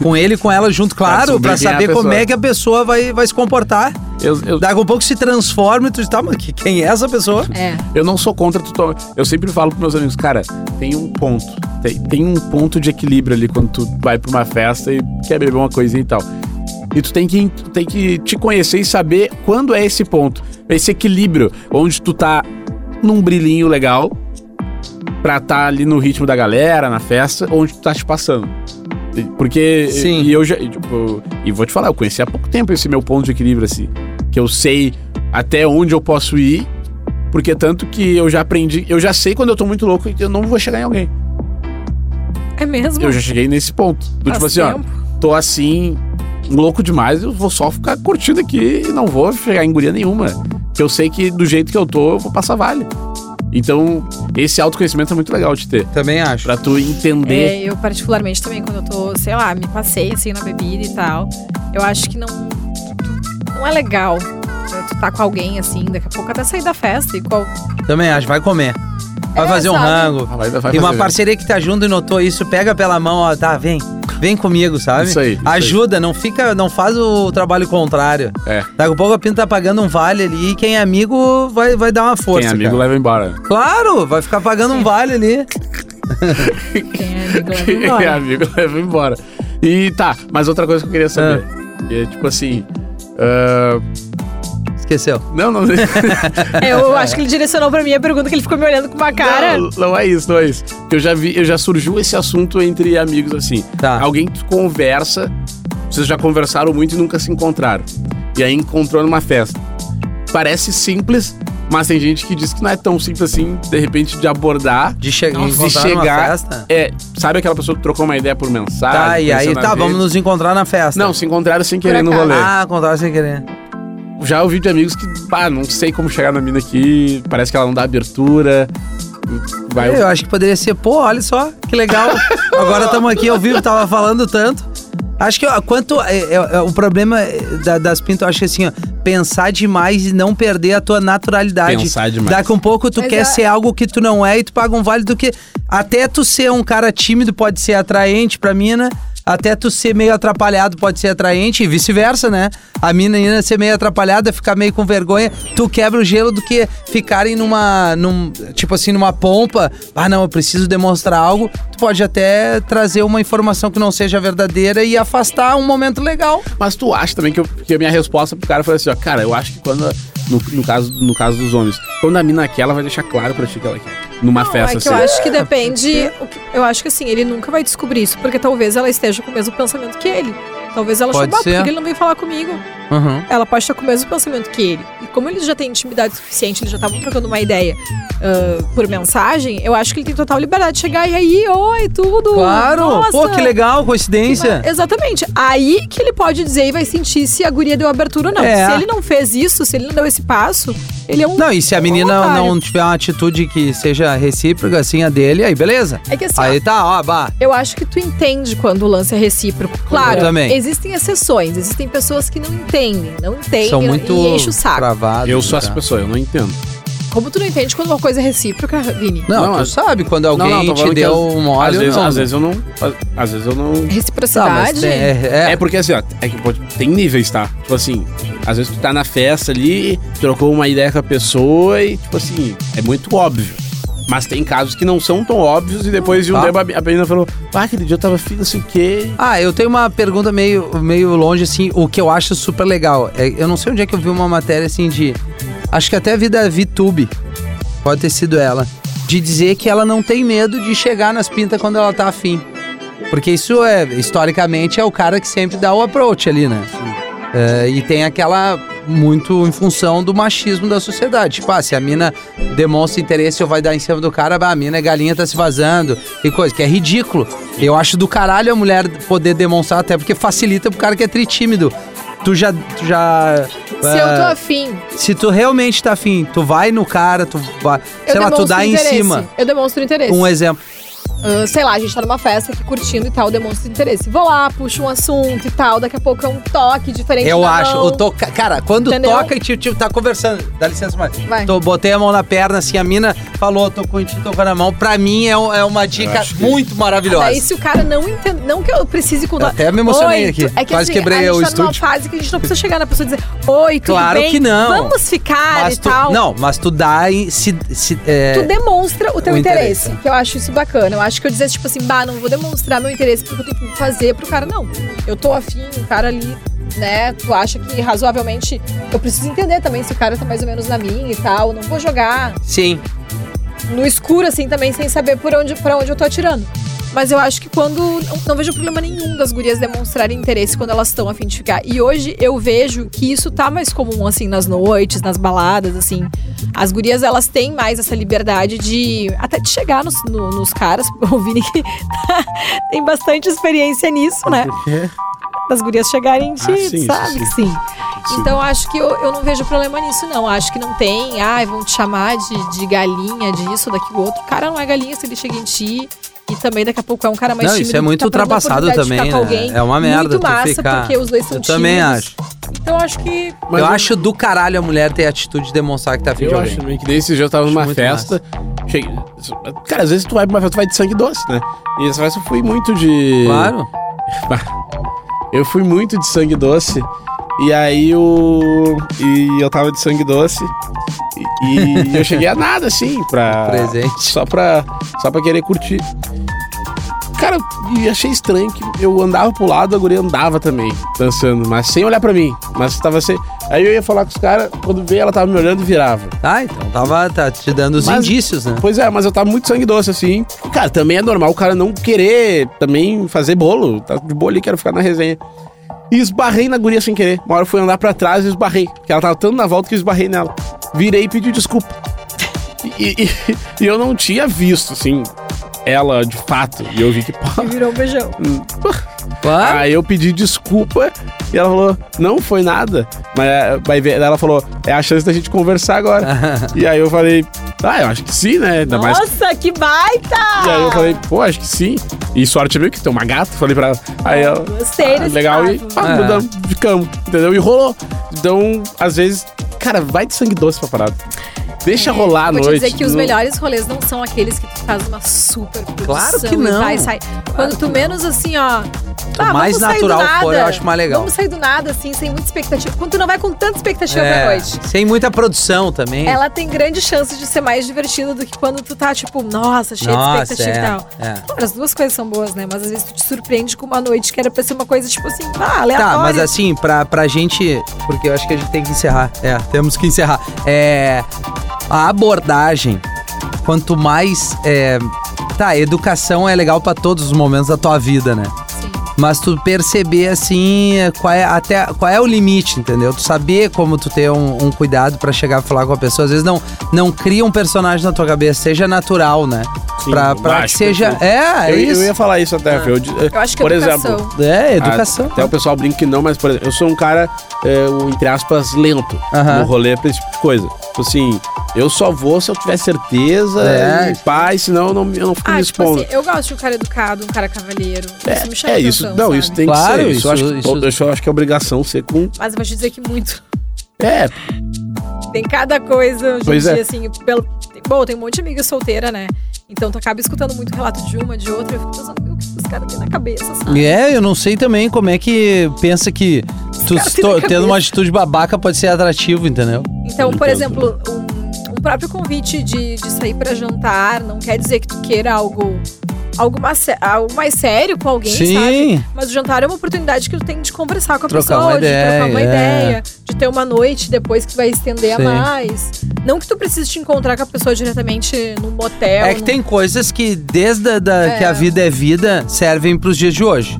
Com ele e com ela junto, Pra claro, pra sublinhar a saber como pessoa. é que a pessoa vai, vai se comportar. Eu, eu, Daqui a pouco se transforma e tu diz, tá, mas que- quem é essa pessoa? É. eu não sou contra tu tomar. Eu sempre falo pros meus amigos, cara, tem um ponto. Tem, tem um ponto de equilíbrio ali quando tu vai pra uma festa e quer beber uma coisinha e tal. E tu tem que, tu tem que te conhecer e saber quando é esse ponto. Esse equilíbrio, onde tu tá num brilhinho legal pra tá ali no ritmo da galera, na festa, onde tu tá te passando. E- Porque. Sim. E eu já. E, tipo, e vou te falar, eu conheci há pouco tempo esse meu ponto de equilíbrio, assim. Que eu sei até onde eu posso ir. Porque tanto que eu já aprendi. Eu já sei quando eu tô muito louco que eu não vou chegar em alguém. É mesmo? Eu já cheguei nesse ponto. Do Faz tipo assim, ó, tempo. tô assim, louco demais, eu vou só ficar curtindo aqui e não vou chegar em guria nenhuma. Porque eu sei que do jeito que eu tô, eu vou passar vale. Então, esse autoconhecimento é muito legal de ter. Também acho. Pra tu entender. É, eu particularmente também, quando eu tô, sei lá, me passei assim na bebida e tal, eu acho que não não é legal né, tu tá com alguém assim, daqui a pouco até sair da festa e qual... Também acho, vai comer. Vai É, fazer um sabe? rango. Ah, vai- vai Tem uma fazer. parceria que tá junto e notou isso, pega pela mão, ó, tá, vem. Vem comigo, sabe? Isso aí, isso aí. Ajuda, não fica, não faz o trabalho contrário. É. Daqui a pouco a Pinta tá pagando um vale ali e quem é amigo vai, vai dar uma força. Quem é amigo cara. leva embora. Claro, vai ficar pagando um vale ali. Quem é amigo leva Quem é embora. amigo leva embora. E tá, mas outra coisa que eu queria saber. que É tipo assim. ah, Esqueceu. não, não. Eu acho que ele direcionou pra mim a pergunta que ele ficou me olhando com uma cara. Não, não é isso, não é isso. Porque Eu já vi, eu já surgiu esse assunto entre amigos assim. Tá. Alguém que conversa, vocês já conversaram muito e nunca se encontraram. E aí encontrou numa festa. Parece simples, mas tem gente que diz que não é tão simples assim, de repente, de abordar. De, che Nossa. encontrar De numa chegar- festa. É, sabe aquela pessoa que trocou uma ideia por mensagem? Tá, e aí pensou na tá, vida? vamos nos encontrar na festa. Não, se encontraram sem querer no acaso. rolê. Ah, encontrar sem querer. Já ouvi de amigos que, pá, não sei como chegar na mina aqui, parece que ela não dá abertura. Vai Eu acho que poderia ser, pô, olha só, que legal. Agora estamos aqui ao vivo, tava falando tanto. Acho que ó, quanto. é, é, é, o problema é, da- das pintas, eu acho que assim, ó, pensar demais e não perder a tua naturalidade. Pensar demais. Daqui um pouco tu Mas quer é- ser algo que tu não é e tu paga um vale do que. Até tu ser um cara tímido pode ser atraente pra mina. Até tu ser meio atrapalhado pode ser atraente e vice-versa, né? A mina ainda ser meio atrapalhada, ficar meio com vergonha, tu quebra o gelo do que ficarem numa. Num, tipo assim, numa pompa. Ah, não, eu preciso demonstrar algo. Tu pode até trazer uma informação que não seja verdadeira e afastar um momento legal. Mas tu acha também que, eu, que a minha resposta pro cara foi assim, ó, cara, eu acho que quando. No, no caso, no caso dos homens, quando a mina quer, ela vai deixar claro pra ti que ela quer. Numa Não, festa é que assim. eu acho que depende. o que- Eu acho que assim, ele nunca vai descobrir isso, porque talvez ela esteja com o mesmo pensamento que ele. Talvez ela Pode achou, "Bah, por ser. que ele não veio falar comigo? Uhum. Ela pode estar com o mesmo pensamento que ele. E como eles já têm intimidade suficiente, eles já estavam trocando uma ideia ah, por mensagem, eu acho que ele tem total liberdade de chegar e aí, oi, tudo. Claro! Nossa, Pô, que legal, coincidência. Mas- Exatamente. Aí que ele pode dizer e vai sentir se a guria deu abertura ou não. É. Se ele não fez isso, se ele não deu esse passo, ele é um. Não, e se a um menina otário. não tiver uma atitude que seja recíproca, assim, a dele, aí beleza. É que assim, ó, Aí tá, ó, bah. Eu acho que tu entende quando o lance é recíproco. Claro, Eu também. existem exceções, existem pessoas que não entendem, não entendem São muito e enche o saco. travados. Eu sou tá. essa pessoa, eu não entendo. Como tu não entende quando uma coisa é recíproca, Vini? Não, Não, tu as- sabe quando alguém não, não, tô falando te que deu às- um Às óleo. vezes, não. às vezes eu não. às- Às vezes eu não. Tá, mas Reciprocidade? tem- é, É. é. porque assim, ó, é que pô, tem níveis, tá? Tipo assim, às vezes tu tá na festa ali, trocou uma ideia com a pessoa e, tipo assim, é muito óbvio. Mas tem casos que não são tão óbvios e depois de um Tá. tempo a- a menina falou, ah, aquele dia eu tava filho, não sei o quê. Ah, eu tenho uma pergunta meio, meio longe, assim, o que eu acho super legal. É, eu não sei onde é que eu vi uma matéria, assim, de... Acho que até a vida é VTube, pode ter sido ela, de dizer que ela não tem medo de chegar nas pintas quando ela tá afim. Porque isso é, historicamente, é o cara que sempre dá o approach ali, né? É, e tem aquela muito em função do machismo da sociedade. Tipo, ah, se a mina demonstra interesse ou vai dar em cima do cara, bah, a mina é galinha, tá se vazando e coisa, que é ridículo. Eu acho do caralho a mulher poder demonstrar, até porque facilita pro cara que é tritímido. Tu já. Tu já ah, Se eu tô É, afim, se tu realmente tá afim, tu vai no cara, tu vai. eu Sei lá, tu demonstro dá em interesse. cima. Eu demonstro interesse. Um exemplo. ah, sei lá, a gente tá numa festa aqui curtindo e tal, demonstra interesse. Vou lá, puxo um assunto e tal, daqui a pouco é um toque diferente. Eu na acho, mão. eu tô, ca- cara, quando Entendeu? toca e tipo, tipo, tá conversando, dá licença, mas Vai. tô, botei a mão na perna, assim, a mina falou, tô com te tocando a mão, pra mim é, um- é uma dica acho que- muito maravilhosa. Daí se o cara não entende, não que eu precise com Eu até me emocionei Oi, aqui. tu- É que, Quase assim, quebrei a o gente tá numa estúdio. fase que a gente não precisa chegar na pessoa e dizer, oi, tudo Claro bem? que não. Vamos ficar mas e tu, tal. não, mas tu dá e se, se é, Tu demonstra o teu o interesse. interesse, que eu acho isso bacana. Eu acho que eu dizer, tipo assim, bah, não vou demonstrar meu interesse porque eu tenho que fazer pro cara. Não, eu tô afim, o cara ali, né? Tu acha que razoavelmente. Eu preciso entender também se o cara tá mais ou menos na minha e tal. Não vou jogar sim. no escuro, assim, também, sem saber por onde, pra onde eu tô atirando. Mas eu acho que quando. Não, não vejo problema nenhum das gurias demonstrarem interesse quando elas estão afim de ficar. E hoje eu vejo que isso tá mais comum, assim, nas noites, nas baladas, assim. As gurias, elas têm mais essa liberdade de. Até de chegar nos, no- nos caras. O Vini que tá- tem bastante experiência nisso, né? Das gurias chegarem de. Ah, sim, isso sabe? sim. que sim. Então acho que eu, eu não vejo problema nisso, não. Acho que não tem, ai, vão te chamar de, de galinha, disso, daquilo outro. O cara não é galinha se ele chega em ti. E também daqui a pouco é um cara mais Não, tímido. isso é que muito tá perdendo a ultrapassado oportunidade de também, ficar com né? alguém. É uma merda Muito tu massa, ficar- porque os dois são Eu também tímidos. acho. Então acho que. Mas eu acho do caralho a mulher ter a atitude de demonstrar que tá afim de Eu alguém. acho também que desde esse dia eu tava Acho numa muito festa. Cheguei, cara, às vezes tu vai pra uma festa, tu vai de sangue doce, né? E essa festa eu fui muito de. Claro. Eu fui muito de sangue doce. E aí o. E eu tava de sangue doce. E, e eu cheguei a nada, assim, pra. Presente. Só pra. Só pra querer curtir. Cara, e achei estranho que eu andava pro lado, a guria andava também, dançando, mas sem olhar pra mim. Mas tava sem. Aí eu ia falar com os caras, quando veio ela tava me olhando, virava. Ah, então tava tá te dando os Mas- indícios, né? Pois é, mas eu tava muito sangue doce, assim. Cara, também é normal o cara não querer também fazer bolo. Tá de boa ali, quero ficar na resenha. E esbarrei na guria sem querer. Uma hora eu fui andar pra trás e esbarrei. Porque ela tava tanto na volta que eu esbarrei nela. Virei e pedi desculpa. E, e- e eu não tinha visto, assim, ela de fato. E eu vi que. pô, E virou um beijão. Ah, Aí eu pedi desculpa e ela falou, não foi nada. Mas, mas ver- ela falou, é a chance da gente conversar Ah, agora. e aí eu falei, ah, eu acho que sim, né? Ainda mais Nossa, que baita! e aí eu falei, pô, acho que sim. E sorte meio que tem uma gata, falei pra ela. Aí ela. Gostei ah, desse legal, e papo. pá, É. mudamos, ficamos, entendeu? E rolou. Então, às vezes, cara, vai de sangue doce pra parada. Deixa rolar a É, Vou noite. te dizer que os não- melhores rolês não são aqueles que tu faz uma super produção Claro que e não. Tá vai, sai. Quando tu menos assim, ó. "Ah, mais vamos sair do natural nada. for, eu acho mais legal. Vamos sair do nada, assim, sem muita expectativa. Quando tu não vai com tanta expectativa pra é, noite. sem muita produção também. Ela tem grande chance de ser mais divertida do que quando tu tá, tipo, nossa, cheia de Nossa, expectativa e tal. é, é. Claro, as duas coisas são boas, né? Mas às vezes tu te surpreende com uma noite que era pra ser uma coisa, tipo assim, ah, aleatória. Tá, mas assim, pra, pra gente. Porque eu acho que a gente tem que encerrar. É, temos que encerrar. É. A abordagem, quanto mais. É, tá, educação é legal pra todos os momentos da tua vida, né? Sim. Mas tu perceber assim é, qual é, até, qual é o limite, entendeu? Tu saber como tu ter um, um cuidado pra chegar a falar com a pessoa. Às vezes não, não cria um personagem na tua cabeça, seja natural, né? Sim, pra pra que acho seja. perfeito. É, é tipo, eu, isso. eu ia falar isso até, Fê. Ah. Eu acho que é Por educação. exemplo, É, educação. Até o pessoal brinca que não, mas, por exemplo, eu sou um cara, é, o, entre aspas, lento Aham. no rolê pra esse tipo de coisa. Tipo assim, eu só vou se eu tiver certeza É. e paz, senão eu não, eu não fico Ah, me tipo expondo. assim, eu gosto de um cara educado, um cara cavalheiro. isso me chama É, é isso. atenção, Não, sabe? isso tem Claro, que ser. Isso, isso- eu acho que, isso- todo- isso eu acho que é obrigação ser com. Mas eu vou te dizer que muito. É, Tem cada coisa hoje em Pois é. dia, assim, pelo... Bom, tem um monte de amiga solteira, né? Então tu acaba escutando muito relato de uma, de outra, eu fico pensando, o que os caras têm na cabeça, sabe? É, eu não sei também como é que pensa que tu cara tem to- na cabeça. tendo uma atitude babaca pode ser atrativo, entendeu? Então, por Entendo. exemplo, um, o próprio convite de, de sair pra jantar não quer dizer que tu queira algo, algo, mais, sé- algo mais sério com alguém, sabe? Sim. Mas o jantar é uma oportunidade que tu tem de conversar com a Trocar pessoa, uma de trocar uma ideia, é. ideia, de ter uma noite depois que tu vai estender Sim. a mais. Não que tu precise te encontrar com a pessoa diretamente num motel. É que num- tem coisas que, desde a, da- É. que a vida é vida, servem pros dias de hoje.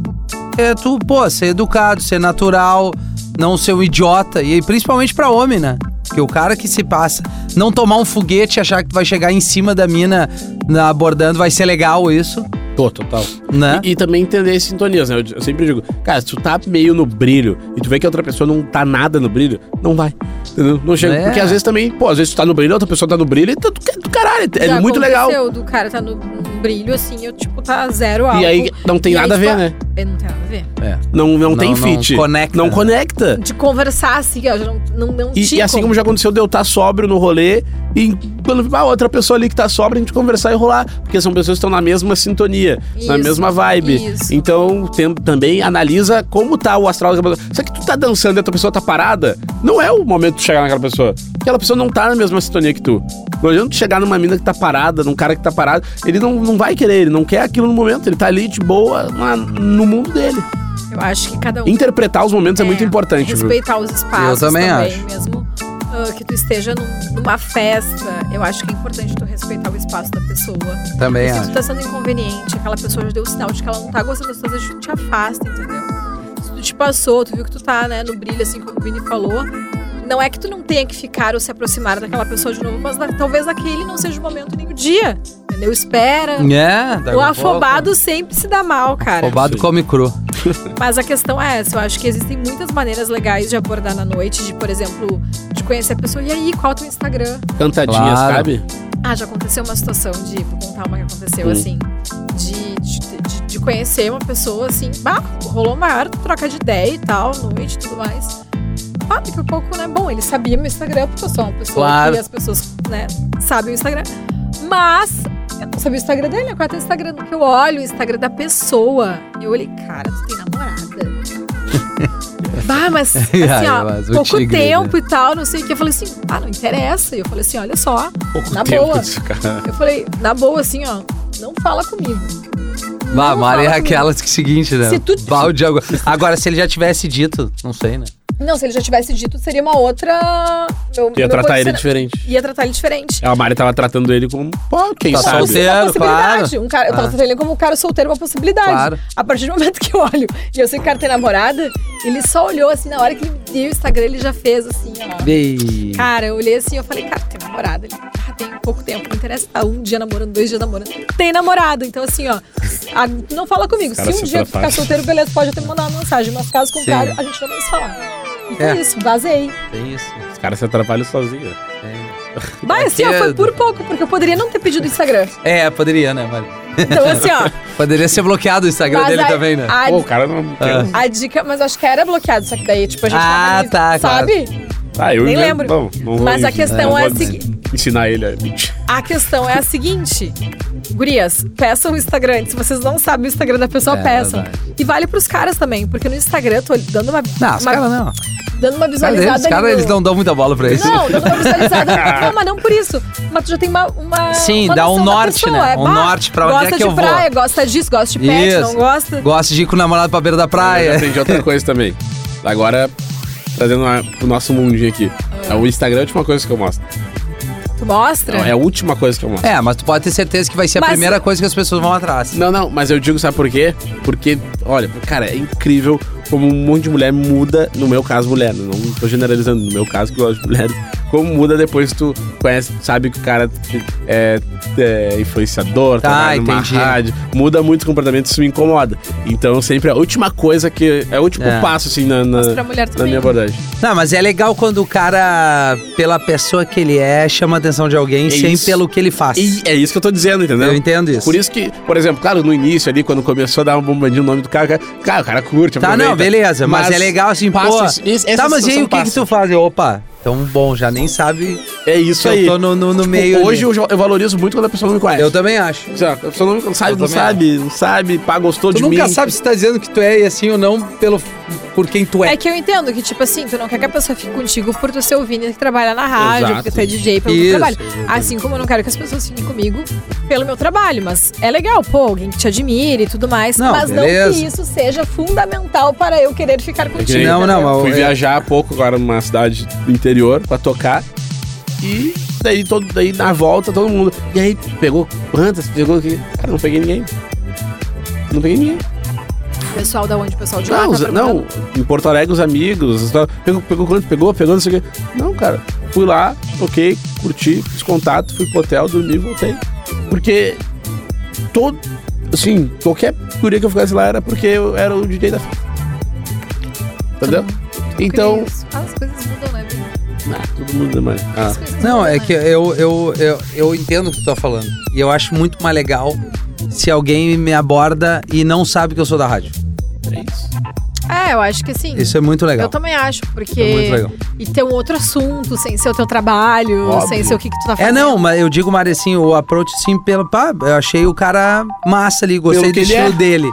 É tu, pô, ser educado, ser natural, não ser um idiota. E principalmente pra homem, né? Porque o cara que se passa, não tomar um foguete e achar que tu vai chegar em cima da mina na- abordando, vai ser legal isso, tô, total. né? E, e também entender as sintonias, né? Eu, eu sempre digo, cara, se tu tá meio no brilho e tu vê que a outra pessoa não tá nada no brilho, não vai. Entendeu? Não chega. É. Porque às vezes também, pô, às vezes tu tá no brilho, a outra pessoa tá no brilho e tá do, ca- do caralho. É Já muito legal. aconteceu do cara tá no, no brilho, assim, eu, tipo, tá zero álcool. E aí não tem E aí, nada a ver, tipo, né? É, não tem nada a ver. Não, não, tem não fit. conecta, Não né? conecta. De conversar assim, ó, já não, não, não E, te e assim con- como já aconteceu de eu estar sóbrio no rolê e quando a outra pessoa ali que tá sóbria, a gente conversar e rolar. Porque são pessoas que estão na mesma sintonia, na Isso, mesma vibe. isso. Então tem- também analisa como tá o astral daquela pessoa. Só que tu tá dançando e a tua pessoa tá parada, não é o momento de tu chegar naquela pessoa. Aquela pessoa não tá na mesma sintonia que tu. Não adianta tu chegar numa mina que tá parada, num cara que tá parado. Ele não, não vai querer, ele não quer aquilo no momento. Ele tá ali de boa na- no mundo dele. Eu acho que cada um. Interpretar os momentos é, muito importante, viu? Respeitar os espaços Eu também acho. Mesmo ah, que tu esteja num- numa festa, eu acho que é importante tu respeitar o espaço da pessoa. Também se acho. tu tá sendo inconveniente, aquela pessoa já deu sinal de que ela não tá gostando das coisas, tu te afasta, entendeu? Se tu te passou, tu viu que tu tá, né, no brilho, assim como o Vini falou. Não é que tu não tenha que ficar ou se aproximar daquela pessoa de novo, mas na- talvez aquele não seja o momento nem o dia. Entendeu? Espera. É, daqui tá- O a pouco. afobado sempre se dá mal, cara. Afobado come cru. Mas a questão é essa, eu acho que existem muitas maneiras legais de abordar na noite, de, por exemplo, de conhecer a pessoa. E aí, qual é o teu Instagram? Cantadinhas, Claro. sabe? Ah, já aconteceu uma situação de. Vou contar uma que aconteceu, Hum. assim. De, de, de- de conhecer uma pessoa, assim. Bah, rolou uma arte, troca de ideia e tal, noite e tudo mais. Ah, daqui a pouco, né? Bom, ele sabia meu Instagram, porque eu sou uma pessoa Claro. que as pessoas, né, sabem o Instagram. Mas. Eu não sabia o Instagram dele, né? Qual é o Instagram? Porque eu olho o Instagram da pessoa. E eu olhei, cara, tu tem namorada. Bah, mas assim, ó, Mas o pouco tigre, né? tempo e tal, não sei o que. Eu falei assim, ah, não interessa. E eu falei assim, olha só, Pouco Na tempo boa. desse cara. eu falei, na boa, assim, ó, não fala comigo. Bah, a Não Mari é fala comigo. aquelas que seguinte, né? Se tu- Balde água. Agora, se ele já tivesse dito, não sei, né? Não, se ele já tivesse dito, seria uma outra. Meu, Ia meu tratar ele posiciona- diferente. Ia tratar ele diferente. É, A Mari tava tratando ele como. Pô, quem Tá Uma sabe? possi- uma solteiro, possibilidade. Um cara, eu tava Ah. tratando ele como um cara solteiro, uma possibilidade. Claro. A partir do momento que eu olho e eu sei que o cara tem namorada, ele só olhou assim, na hora que ele viu o Instagram, ele já fez assim, ó. Bem. Cara, eu olhei assim, eu falei, cara, tem namorado. Ele, ah, tem pouco tempo, não interessa. Tá um dia namorando, dois dias namorando. Tem namorado. Então, assim, ó, a- não fala comigo. Cara, se se um dia tu ultrapassa. ficar solteiro, beleza, pode até me mandar uma mensagem. Mas caso contrário, a gente não vai se falar. E foi É. isso, vazei. Tem isso. Os caras se atrapalham sozinhos. Mas assim, ó, Aqui é- foi por pouco, porque eu poderia não ter pedido o Instagram. É, poderia, né, Mari? Então, assim, ó. Poderia ser bloqueado o Instagram mas Ah, dele a, também, né? a- Pô, o cara não. Ah. a dica, mas eu acho que era bloqueado, só que daí, tipo, a gente. Ah, tava- tá, claro. Sabe? Ah, eu Nem invento- lembro. Não, não vou Mas a ensinar- questão não é a vou seguinte- Ensinar ele a mentir. A questão é a seguinte, gurias, peçam o Instagram. Se vocês não sabem o Instagram da pessoa, É, peçam. verdade. E vale pros caras também, porque no Instagram eu tô dando uma, Não, os uma- caras não. dando uma Cara, visualizada. eles- Os caras, ali no- eles não dão muita bola pra isso. Não, dando uma visualizada. não, mas não por isso. Mas tu já tem uma. uma Sim, uma dá um noção da norte, pessoa, né? é, Um bah, norte pra onde é que eu vou. Gosta de praia, gosta disso, gosta de pet, não Isso. gosta. Gosta de ir com o namorado pra beira da Eu já praia. aprendi outra coisa também. Agora, trazendo uma, pro nosso mundinho aqui. Ah. O Instagram é a última coisa que eu mostro. Tu mostra? Não, é a última coisa que eu mostro. É, mas tu pode ter certeza que vai ser a Mas- primeira coisa que as pessoas vão atrás. Não, não, mas eu digo, sabe por quê? Porque, olha, cara, é incrível como um monte de mulher muda, no meu caso, mulher, né? não tô generalizando, no meu caso, que eu gosto de mulheres, como muda depois que tu conhece, sabe que o cara é, é influenciador, Tá, trabalha numa entendi. rádio, muda muito o comportamento, isso me incomoda. Então, sempre a última coisa que, é o último É. passo, assim, na, na, Mas pra mulher na também. minha abordagem. Não, mas é legal quando o cara, pela pessoa que ele é, chama a atenção de alguém É sem isso. pelo que ele faz. E é isso que eu tô dizendo, entendeu? Eu entendo isso. Por isso que, por exemplo, claro, no início ali, quando começou a dar uma bombadinha no nome do cara, o cara- cara, o cara curte, Tá, aproveita. não, beleza. Mas, é legal assim, pô. passa isso- essa tá, mas e aí situação o que, que passa. tu faz? Eu, Opa, então bom, já nem sabe É isso que aí. eu Tipo, tô no, no- no meio. hoje eu, jo- eu valorizo muito quando a pessoa não me ali. conhece. eu também acho. Sei lá, A pessoa não- não sabe, Eu não também sabe, não sabe, pá, gostou Tu de mim. nunca sabe se tá dizendo que tu é e assim ou não pelo, por quem tu é. É que eu entendo que, tipo assim, tu não quer que a pessoa fique contigo por tu ser o Vini que trabalha na rádio, Exato. porque tu é DJ pelo Isso, teu trabalho. exatamente. Assim como eu não quero que as pessoas fiquem comigo pelo meu trabalho, mas é legal, pô, alguém que te admire e tudo mais. Não, mas não beleza. que isso seja fundamental para eu querer ficar É que contigo. nem- Não, não, Fui eu- viajar há pouco agora numa cidade do interior pra tocar. E daí, todo, daí na volta, todo mundo. E aí, pegou quantas? Pegou aqui? Cara, não peguei ninguém. Não peguei ninguém. O pessoal da onde? O pessoal de lá? Ah, Não, tá os- perguntando? não, em Porto Alegre, os amigos, tá, pegou, pegou quanto? Pegou, pegou, não sei o quê. Não, cara, fui lá, toquei, curti, fiz contato, fui pro hotel, dormi e voltei. Porque todo, assim, qualquer guria que eu ficasse lá era porque eu era o DJ da festa. Entendeu? Tá Então, Ah, as coisas mudam, né, Vini? ah, todo mundo, mano. Ah, As coisas Não, mudam, é né? que eu, eu, eu, eu entendo o que tu tá falando. E eu acho muito mais legal se alguém me aborda e não sabe que eu sou da rádio. É, eu acho que sim. Isso é muito legal. Eu também acho, porque. É muito legal. E ter um outro assunto, sem ser o teu trabalho, Óbvio. sem ser o que, que tu tá É, fazendo. não, mas eu digo, Mari, assim, o approach, sim, pelo. Pá, eu achei o cara massa ali, gostei Pelo do que ele estilo é. dele.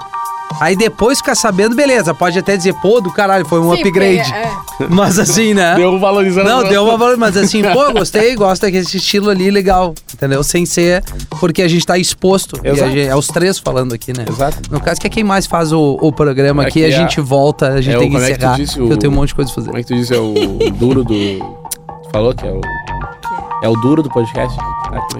Aí depois ficar sabendo, beleza, pode até dizer, pô, do caralho, foi um Sim, upgrade. porque, é. Mas assim, né? Deu um valorizando. Não, deu uma valor, mas assim, pô, gostei, gosto daquele estilo ali, legal, entendeu? Sem ser porque a gente tá exposto. E a Exato. gente- é os três falando aqui, né? Exato. No caso, que é quem mais faz o, o programa É aqui, que a é- gente volta, a gente é o- tem que como é que tu encerrar, disse, porque eu o- tenho um monte de coisa pra fazer. Como é que tu disse? É o duro do. Tu falou que é o. É o duro do podcast?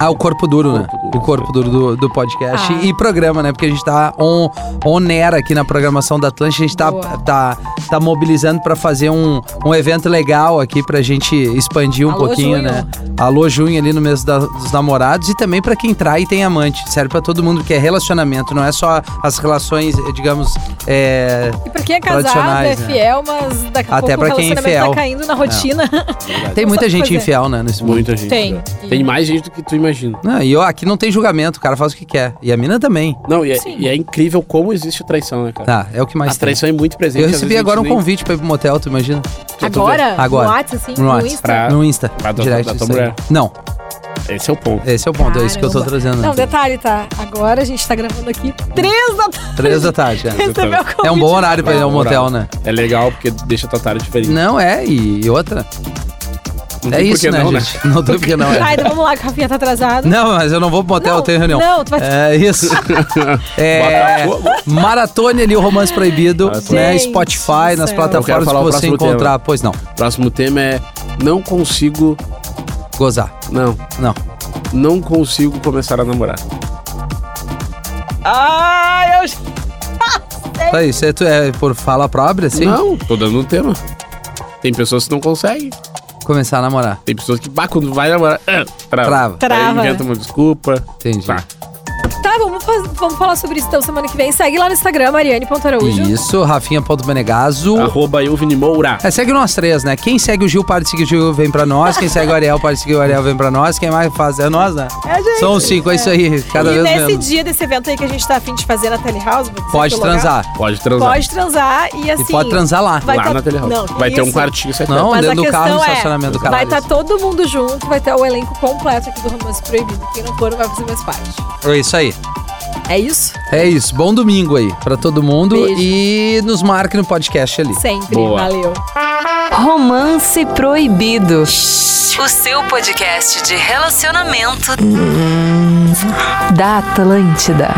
Ah, o corpo duro, né? Corpo duro. O corpo duro do, do podcast. Ah. E programa, né? Porque a gente tá on, on air aqui na programação da Atlântica. A gente tá, Boa. tá, tá mobilizando pra fazer um, um evento legal aqui pra gente expandir um Alô, pouquinho, junho. né? Alô, junho ali no mês da- dos namorados. E também pra quem trai e tem amante. Serve pra todo mundo que é relacionamento. Não é só as relações, eh, digamos, é, E pra quem é casado, é Tradicionais, né? fiel, mas daqui a Até pouco pra o quem é relacionamento fiel. tá caindo na rotina. Tem Não muita sabe gente fazer. infiel, né? Nesse mundo. Muita gente. Tem. né? Tem mais gente do que tu imagina. Não, e eu, aqui não tem julgamento. O cara faz o que quer. E a mina também. Não, e é, Sim. e é incrível como existe traição, né, cara? Tá, é o que mais a tem. traição é muito presente. Eu às recebi vezes a agora um gente nem- convite pra ir pro motel, tu imagina? Pra tu Agora? ver. Agora. No WhatsApp, assim? No No, WhatsApp. Insta? Pra- No Insta. pra tua- direct da do tua Instagram. mulher. Não, ver. Esse é o ponto. esse é o ponto, é isso que eu tô Caramba. trazendo. né? Não, detalhe, tá? Agora a gente tá gravando aqui três da tarde. Três da tarde. é. Recebeu o convite. É um bom horário pra ir ao Bom motel, horário. né? É legal porque deixa a tua tarefa diferente. Não é, e outra. Não É tem por isso, que né, não, gente? Não tem porque não Ai, é. então vamos lá, que a Rafinha tá atrasada. Não, mas eu não vou pro motel, eu tenho reunião. Não, tu vai... É isso. É, maratone ali o Romance Proibido, Maratone. né? Gente Spotify, do nas céu. Eu quero plataformas que falar o você próximo tema. encontrar. Pois não, Próximo tema é não consigo. gozar. Não, Não. não consigo começar a namorar. Ai, eu... É isso, é, tu- é por fala própria, assim? Não, tô dando um tema. Tem pessoas que não conseguem. Começar a namorar. Tem pessoas que, bah, quando vai namorar, ah, trava. Trava. Trava. né? Aí inventa uma desculpa. Entendi. Tá. Tá, vamos, faz- vamos falar sobre isso então semana que vem. Segue lá no Instagram, mariane.araújo. Isso, rafinha.menegaso. Arroba eu, Vini Moura. É, segue nós três, né? Quem segue o Gil, para de seguir o Gil, vem pra nós. Quem segue o Ariel, para de seguir o Ariel, vem pra nós. Quem mais faz é nós, né? É, gente. São os cinco, é isso aí. Cada e vez nesse menos. dia desse evento aí que a gente tá afim de fazer na Telehouse, vou dizer Pode que o lugar- transar. Pode transar. Pode transar e assim. e pode transar lá. vai Lá tá- na telehouse. Não, vai ter um isso. quartinho secreto. Não, Mas a dentro do carro, questão no é, estacionamento do carro. Vai estar todo mundo junto, vai ter o elenco completo aqui do Romance Proibido. Quem não for não vai fazer mais parte. É isso aí. É isso? É isso. Bom domingo aí pra todo mundo. Beijo. E nos marque no podcast ali. Sempre. Boa. Valeu. Romance Proibido. O seu podcast de relacionamento da Atlântida.